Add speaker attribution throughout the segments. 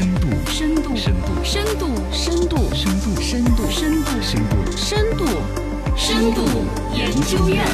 Speaker 1: 深度，深度，深度，深度，深度，深度，深度，深度，深度，深度研究院。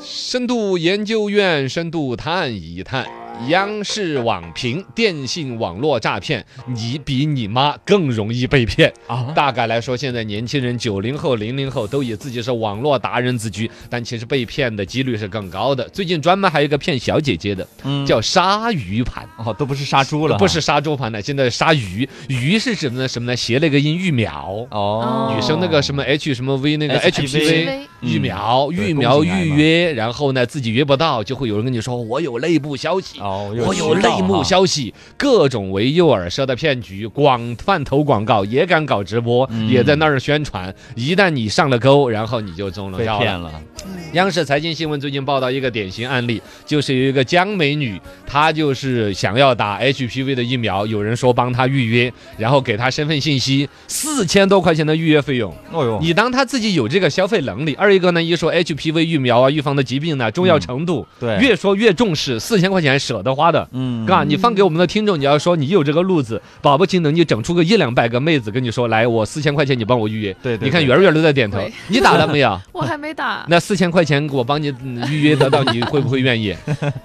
Speaker 2: 深度研究院深度探一探，央视网评电信网络诈骗，你比你妈更容易被骗
Speaker 3: 啊
Speaker 2: 大概来说，现在年轻人九零后、零零后都以自己是网络达人自居，但其实被骗的几率是更高的。最近专门还有一个骗小姐姐的，
Speaker 3: 嗯
Speaker 2: 叫鲨鱼盘。
Speaker 3: 哦，都不是杀猪了哈，
Speaker 2: 不是杀猪盘了，现在杀鱼，鱼是什么呢？什么呢？谐了个音，育苗，
Speaker 3: 哦，
Speaker 2: 女生那个什么 H 什么 V 那个
Speaker 3: HPV
Speaker 2: HPV 疫苗，
Speaker 3: 对
Speaker 2: 疫苗
Speaker 3: 宫颈癌
Speaker 2: 预
Speaker 3: 嘛
Speaker 2: 约，然后呢自己约不到，就会有人跟你说我有内幕消息，
Speaker 3: 哦，
Speaker 2: 我有
Speaker 3: 渠道
Speaker 2: 内幕
Speaker 3: 哈
Speaker 2: 消息，各种为诱饵设的骗局，广泛投广告，也敢搞直播，
Speaker 3: 嗯
Speaker 2: 也在那儿宣传。一旦你上了钩，然后你就中了
Speaker 3: 被
Speaker 2: 招
Speaker 3: 骗
Speaker 2: 了。
Speaker 3: 了，
Speaker 2: 央视财经新闻最近报道一个典型案例，就是有一个江美女，她就是想要打 HPV 的疫苗，有人说帮她预约，然后给她身份信息，四千多块钱的预约费用。
Speaker 3: 哦哟，
Speaker 2: 你当他自己有这个消费能力，二一个呢，一说 HPV 疫苗啊，预防的疾病呢、重要程度，
Speaker 3: 嗯对，
Speaker 2: 越说越重视，四千块钱舍得花的。
Speaker 3: 嗯
Speaker 2: 哥、你放给我们的听众，你要说你有这个路子，保不齐能你整出个一两百个妹子跟你说，来，我四千块钱你帮我预约。
Speaker 3: 对对
Speaker 2: 你看
Speaker 3: 对
Speaker 2: 圆圆都在点头
Speaker 4: 对，
Speaker 2: 你打了 没有？
Speaker 4: 我还没打。
Speaker 2: 那四千块钱我帮你嗯预约得到，你会不会愿 意？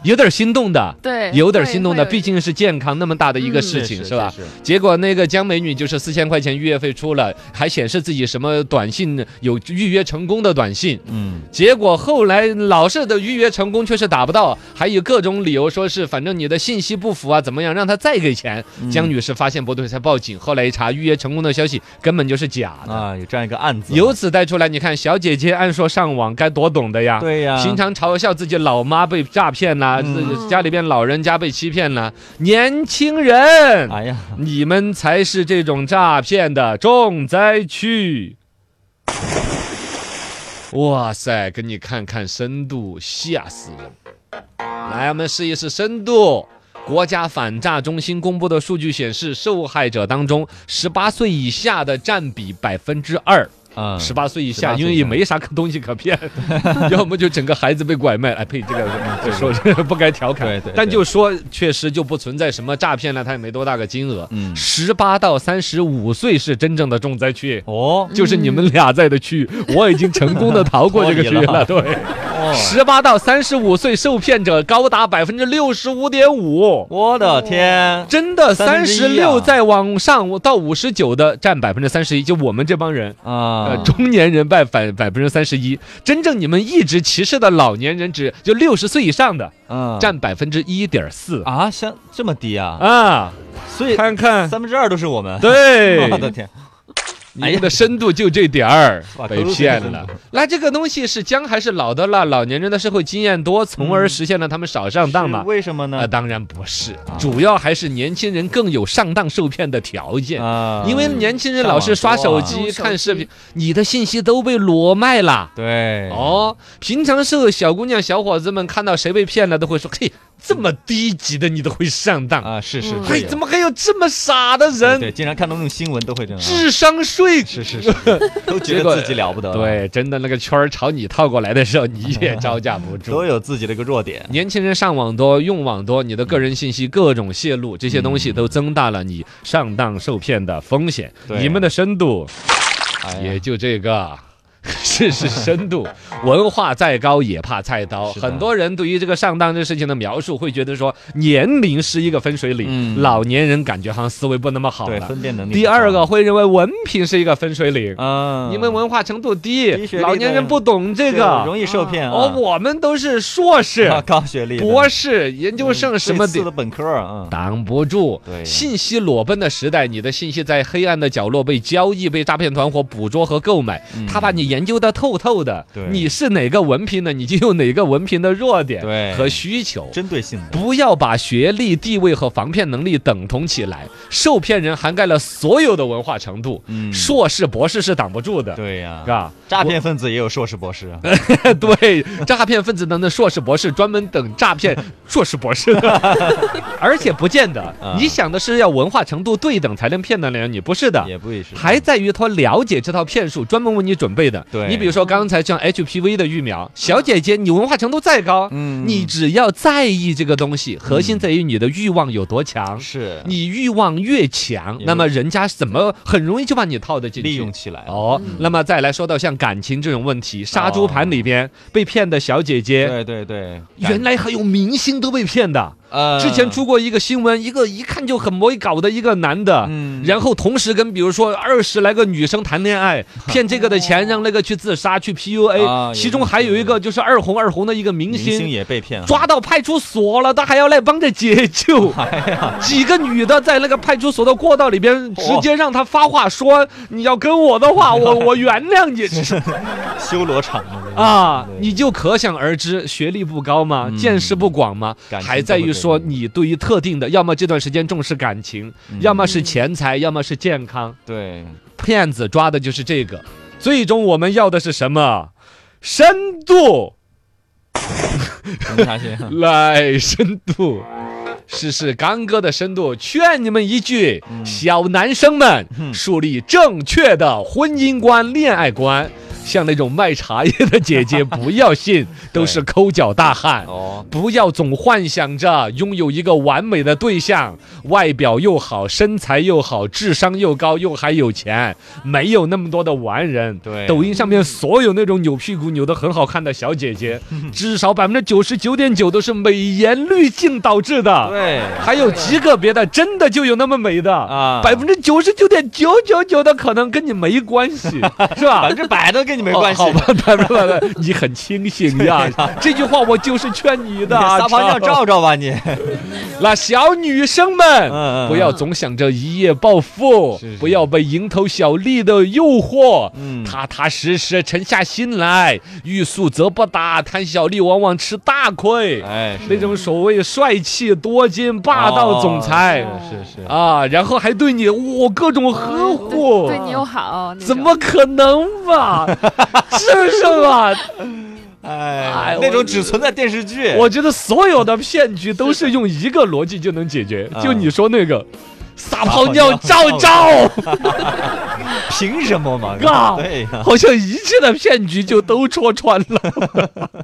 Speaker 2: 有点心动的，
Speaker 4: 对，
Speaker 2: 有点心动的，
Speaker 4: 会
Speaker 2: 毕竟是健康那么大的一个
Speaker 4: 嗯
Speaker 2: 事情，
Speaker 3: 是
Speaker 2: 是吧？？结果那个江美女就是四千块钱预约费出了，还显示自己什么短信有预约成功的短信。
Speaker 3: 嗯，
Speaker 2: 结果后来老是的预约成功，却是打不到，还有各种理由说是反正你的信息不符啊，怎么样让他再给钱？
Speaker 3: 嗯
Speaker 2: 江女士发现不对才报警，后来一查预约成功的消息根本就是假的。
Speaker 3: 啊，有这样一个案子，
Speaker 2: 由此带出来，你看小姐姐按说上网该多懂的呀。
Speaker 3: 对呀，
Speaker 2: 平常嘲笑自己老妈被诈骗啦、
Speaker 3: 嗯
Speaker 2: 自己家里边老人家被欺骗啦、年轻人
Speaker 3: 哎呀，
Speaker 2: 你们才是这种诈骗的重灾区。哇塞，给你看看深度，吓死人！来，我们试一试深度。国家反诈中心公布的数据显示，受害者当中，十八岁以下的占比百分之二。
Speaker 3: 嗯，
Speaker 2: 十八岁以下，
Speaker 3: 18
Speaker 2: 因为也没啥可东西可骗，要么就整个孩子被拐卖。哎呸，这个这说 这个不该调侃，
Speaker 3: 对对对
Speaker 2: 但就说确实就不存在什么诈骗了，它也没多大个金额。
Speaker 3: 嗯，
Speaker 2: 十八到三十五岁是真正的重灾区，
Speaker 3: 哦，
Speaker 2: 就是你们俩在的区，域，我已经成功的逃过这个区
Speaker 3: 脱离
Speaker 2: 了。
Speaker 3: 了
Speaker 2: 对，
Speaker 3: 哦
Speaker 2: 十八到三十五岁受骗者高达百分之六十五点五。
Speaker 3: 我的天，嗯
Speaker 2: 真的，三十
Speaker 3: 31
Speaker 2: 六
Speaker 3: 啊
Speaker 2: 再往上到五十九的占百分之三十一，就我们这帮人，
Speaker 3: 啊
Speaker 2: 呃，，中年人百百百分之三十一，真正你们一直歧视的老年人只就六十岁以上的
Speaker 3: 嗯
Speaker 2: 占百分之一点四
Speaker 3: 啊，像这么低啊，
Speaker 2: 啊，
Speaker 3: 所以
Speaker 2: 看看，
Speaker 3: 三分之二都是我们，
Speaker 2: 对
Speaker 3: 我，的天，
Speaker 2: 你们的深度就这点儿
Speaker 3: 哇，
Speaker 2: 被
Speaker 3: 都是
Speaker 2: 骗
Speaker 3: 这个
Speaker 2: 了
Speaker 3: 深。
Speaker 2: 那这个东西是姜还是老的辣？老年人的社会经验多，从而实现了他们少上当嘛
Speaker 3: 嗯是？为什么
Speaker 2: 啊，
Speaker 3: 呢？啊
Speaker 2: 当然不是，主要还是年轻人更有上当受骗的条件。
Speaker 3: 啊
Speaker 2: 因为年轻人老是刷手
Speaker 3: 上
Speaker 2: 机、
Speaker 4: 网多啊
Speaker 2: 看视频，你的信息都被裸卖了。
Speaker 3: 对，
Speaker 2: 哦，平常时候小姑娘、小伙子们看到谁被骗了，都会说：“嘿，这么低级的你都会上当，
Speaker 3: 啊，是是，
Speaker 4: 嗯
Speaker 3: 会
Speaker 2: 嘿，
Speaker 3: 有
Speaker 2: 怎么还有这么傻的
Speaker 3: 对
Speaker 2: 人？
Speaker 3: 对，经常看到那种新闻都会这样啊，
Speaker 2: 智商税！”
Speaker 3: 是是 是，都觉
Speaker 2: 结果
Speaker 3: 得自己了不得，，
Speaker 2: 对，真的那个圈儿朝你套过来的时候，你也招架不
Speaker 3: 都
Speaker 2: 住。
Speaker 3: 有自己的一个弱点，
Speaker 2: 年轻人上网多，用网多，你的个人信息各种泄露，这些东
Speaker 3: 嗯
Speaker 2: 西都增大了你上当受骗的风险。
Speaker 3: 对
Speaker 2: 你们的深度
Speaker 3: 哎呀
Speaker 2: 也就这个。 是是深 度，文化再高也怕菜刀。
Speaker 3: 是的
Speaker 2: 很多人对于这个上当这事情的描述，会觉得说年龄是一个分水岭，
Speaker 3: 嗯
Speaker 2: 老年人感觉好像思维不那么好
Speaker 3: 对，
Speaker 2: 了。
Speaker 3: 分辨能力。
Speaker 2: 第二个，会认为文凭是一个分水岭，
Speaker 3: 嗯，
Speaker 2: 你们文化程度低
Speaker 3: 低学，历的
Speaker 2: 老年人不懂这
Speaker 3: 就
Speaker 2: 个。
Speaker 3: 容易受骗啊，
Speaker 2: 哦，我们都是硕士、
Speaker 3: 啊高学历的，嗯
Speaker 2: 博士、研究生什么
Speaker 3: 最次
Speaker 2: 的
Speaker 3: 的，本科啊，
Speaker 2: 挡不住。
Speaker 3: 对
Speaker 2: 信息裸奔的时代，你的信息在黑暗的角落被交易、被诈骗团伙捕捉和购买，
Speaker 3: 嗯
Speaker 2: 他把你研究的透透的
Speaker 3: 对。
Speaker 2: 你是哪个文凭的，你就有哪个文凭的弱点
Speaker 3: 对
Speaker 2: 和需求。
Speaker 3: 针对性的，
Speaker 2: 不要把学历、地位和防骗能力等同起来。受骗人涵盖了所有的文化程度，
Speaker 3: 嗯
Speaker 2: 硕士、博士是挡不住的，
Speaker 3: 对呀
Speaker 2: 是，吧？
Speaker 3: 诈骗分子也有硕士博士啊，
Speaker 2: 对，诈骗分子等的硕士博士专门等诈骗 硕士博士 的，而且不见得
Speaker 3: 啊，
Speaker 2: 你想的是要文化程度对等才能骗得了你，不是的。
Speaker 3: 也不也是，
Speaker 2: 还在于他了解这套骗术，专门为你准备的。
Speaker 3: 对
Speaker 2: 你比如说刚才像 HPV 的疫苗，小姐姐，你文化程度再高，
Speaker 3: 嗯
Speaker 2: 你只要在意这个东西，核心在于你的欲望有多强。
Speaker 3: 是
Speaker 2: 你欲望越强，
Speaker 3: 也
Speaker 2: 那么人家怎么很容易就把你套得进去？
Speaker 3: 利用起来嗯了，
Speaker 2: 哦，那么再来说到像感情这种问题，杀猪盘里边被骗的小姐姐，
Speaker 3: 对对对，
Speaker 2: 哎原来还有明星都被骗的。
Speaker 3: 呃
Speaker 2: 之前出过一个新闻，一个一看就很没搞的一个男的，
Speaker 3: 嗯
Speaker 2: 然后同时跟比如说二十来个女生谈恋 爱，骗这个的钱，让那个去自杀去 PUA，、
Speaker 3: 啊
Speaker 2: 其中还有一个就是二红二红的一个明
Speaker 3: 明
Speaker 2: 星。
Speaker 3: 星也被骗了，
Speaker 2: 抓到派出所了，他还要来帮着解 救。
Speaker 3: 哎
Speaker 2: 几个女的在那个派出所的过道里边，直接让他发话说：“你要跟我的 话，我我原谅你。”
Speaker 3: 修罗场 了
Speaker 2: 啊，
Speaker 3: 对
Speaker 2: 你就可想而知，学历不高嘛，
Speaker 3: 嗯
Speaker 2: 见识不广嘛，
Speaker 3: 感情
Speaker 2: 还在于说
Speaker 3: 都不对
Speaker 2: 你对于特定的，要么这段时间重视感情，
Speaker 3: 嗯
Speaker 2: 要么是钱财，要么是健康。
Speaker 3: 对，
Speaker 2: 骗子抓的就是这个，最终我们要的是什么？深度，
Speaker 3: 我们 啥先？
Speaker 2: 来深度。试试刚哥的深度，劝你们一句：小男生们
Speaker 3: 嗯
Speaker 2: 树立正确的婚姻观、恋爱观。像那种卖茶叶的姐姐，不要信，都是抠脚大汉。
Speaker 3: 哦，
Speaker 2: 不要总幻想着拥有一个完美的对象，外表又好，身材又好，智商又高，又还有钱，没有那么多的完人。
Speaker 3: 对
Speaker 2: 抖音上面所有那种扭屁股扭得很好看的小姐 姐，至少百分之九十九点九都是美颜滤镜导致的，
Speaker 3: 对
Speaker 2: 还有极个别的真的就有那么美的，
Speaker 3: 啊，
Speaker 2: 百分之九十九点九九九的可能跟你没关 系，是吧
Speaker 3: 百？分之百都跟你没
Speaker 2: 哦
Speaker 3: 关系
Speaker 2: 好，吧，百分之百的，你很清醒 呀。这句话我就是劝 你的啊，
Speaker 3: 撒泡尿
Speaker 2: 赵
Speaker 3: 照 照吧你，
Speaker 2: 那小女生们。
Speaker 3: 嗯
Speaker 2: 不要总想着一夜暴富
Speaker 3: 是是，
Speaker 2: 不要被蝇头小利的诱惑，
Speaker 3: 嗯
Speaker 2: 踏踏实实沉下心来。欲速则不达，贪小利往往吃大亏。
Speaker 3: 哎，是
Speaker 2: 那种所谓帅气多金、霸道总裁、
Speaker 3: 哦是是是，
Speaker 2: 啊，然后还对你我各种呵护，
Speaker 4: 对对你又好，那种
Speaker 2: 怎么可能吧？ 是不是吧？哎
Speaker 3: 哎，那
Speaker 2: 我
Speaker 3: 种只存在电视剧，
Speaker 2: 我觉得所有的骗局都是用一个逻辑就能解决，
Speaker 3: 啊
Speaker 2: 就你说那个。撒
Speaker 3: 泡
Speaker 2: 泡尿
Speaker 3: 尿
Speaker 2: 照
Speaker 3: 照
Speaker 2: 照，
Speaker 3: 凭什么嘛？
Speaker 2: 啊
Speaker 3: 对呀，
Speaker 2: 好像一切的骗局就都戳穿了。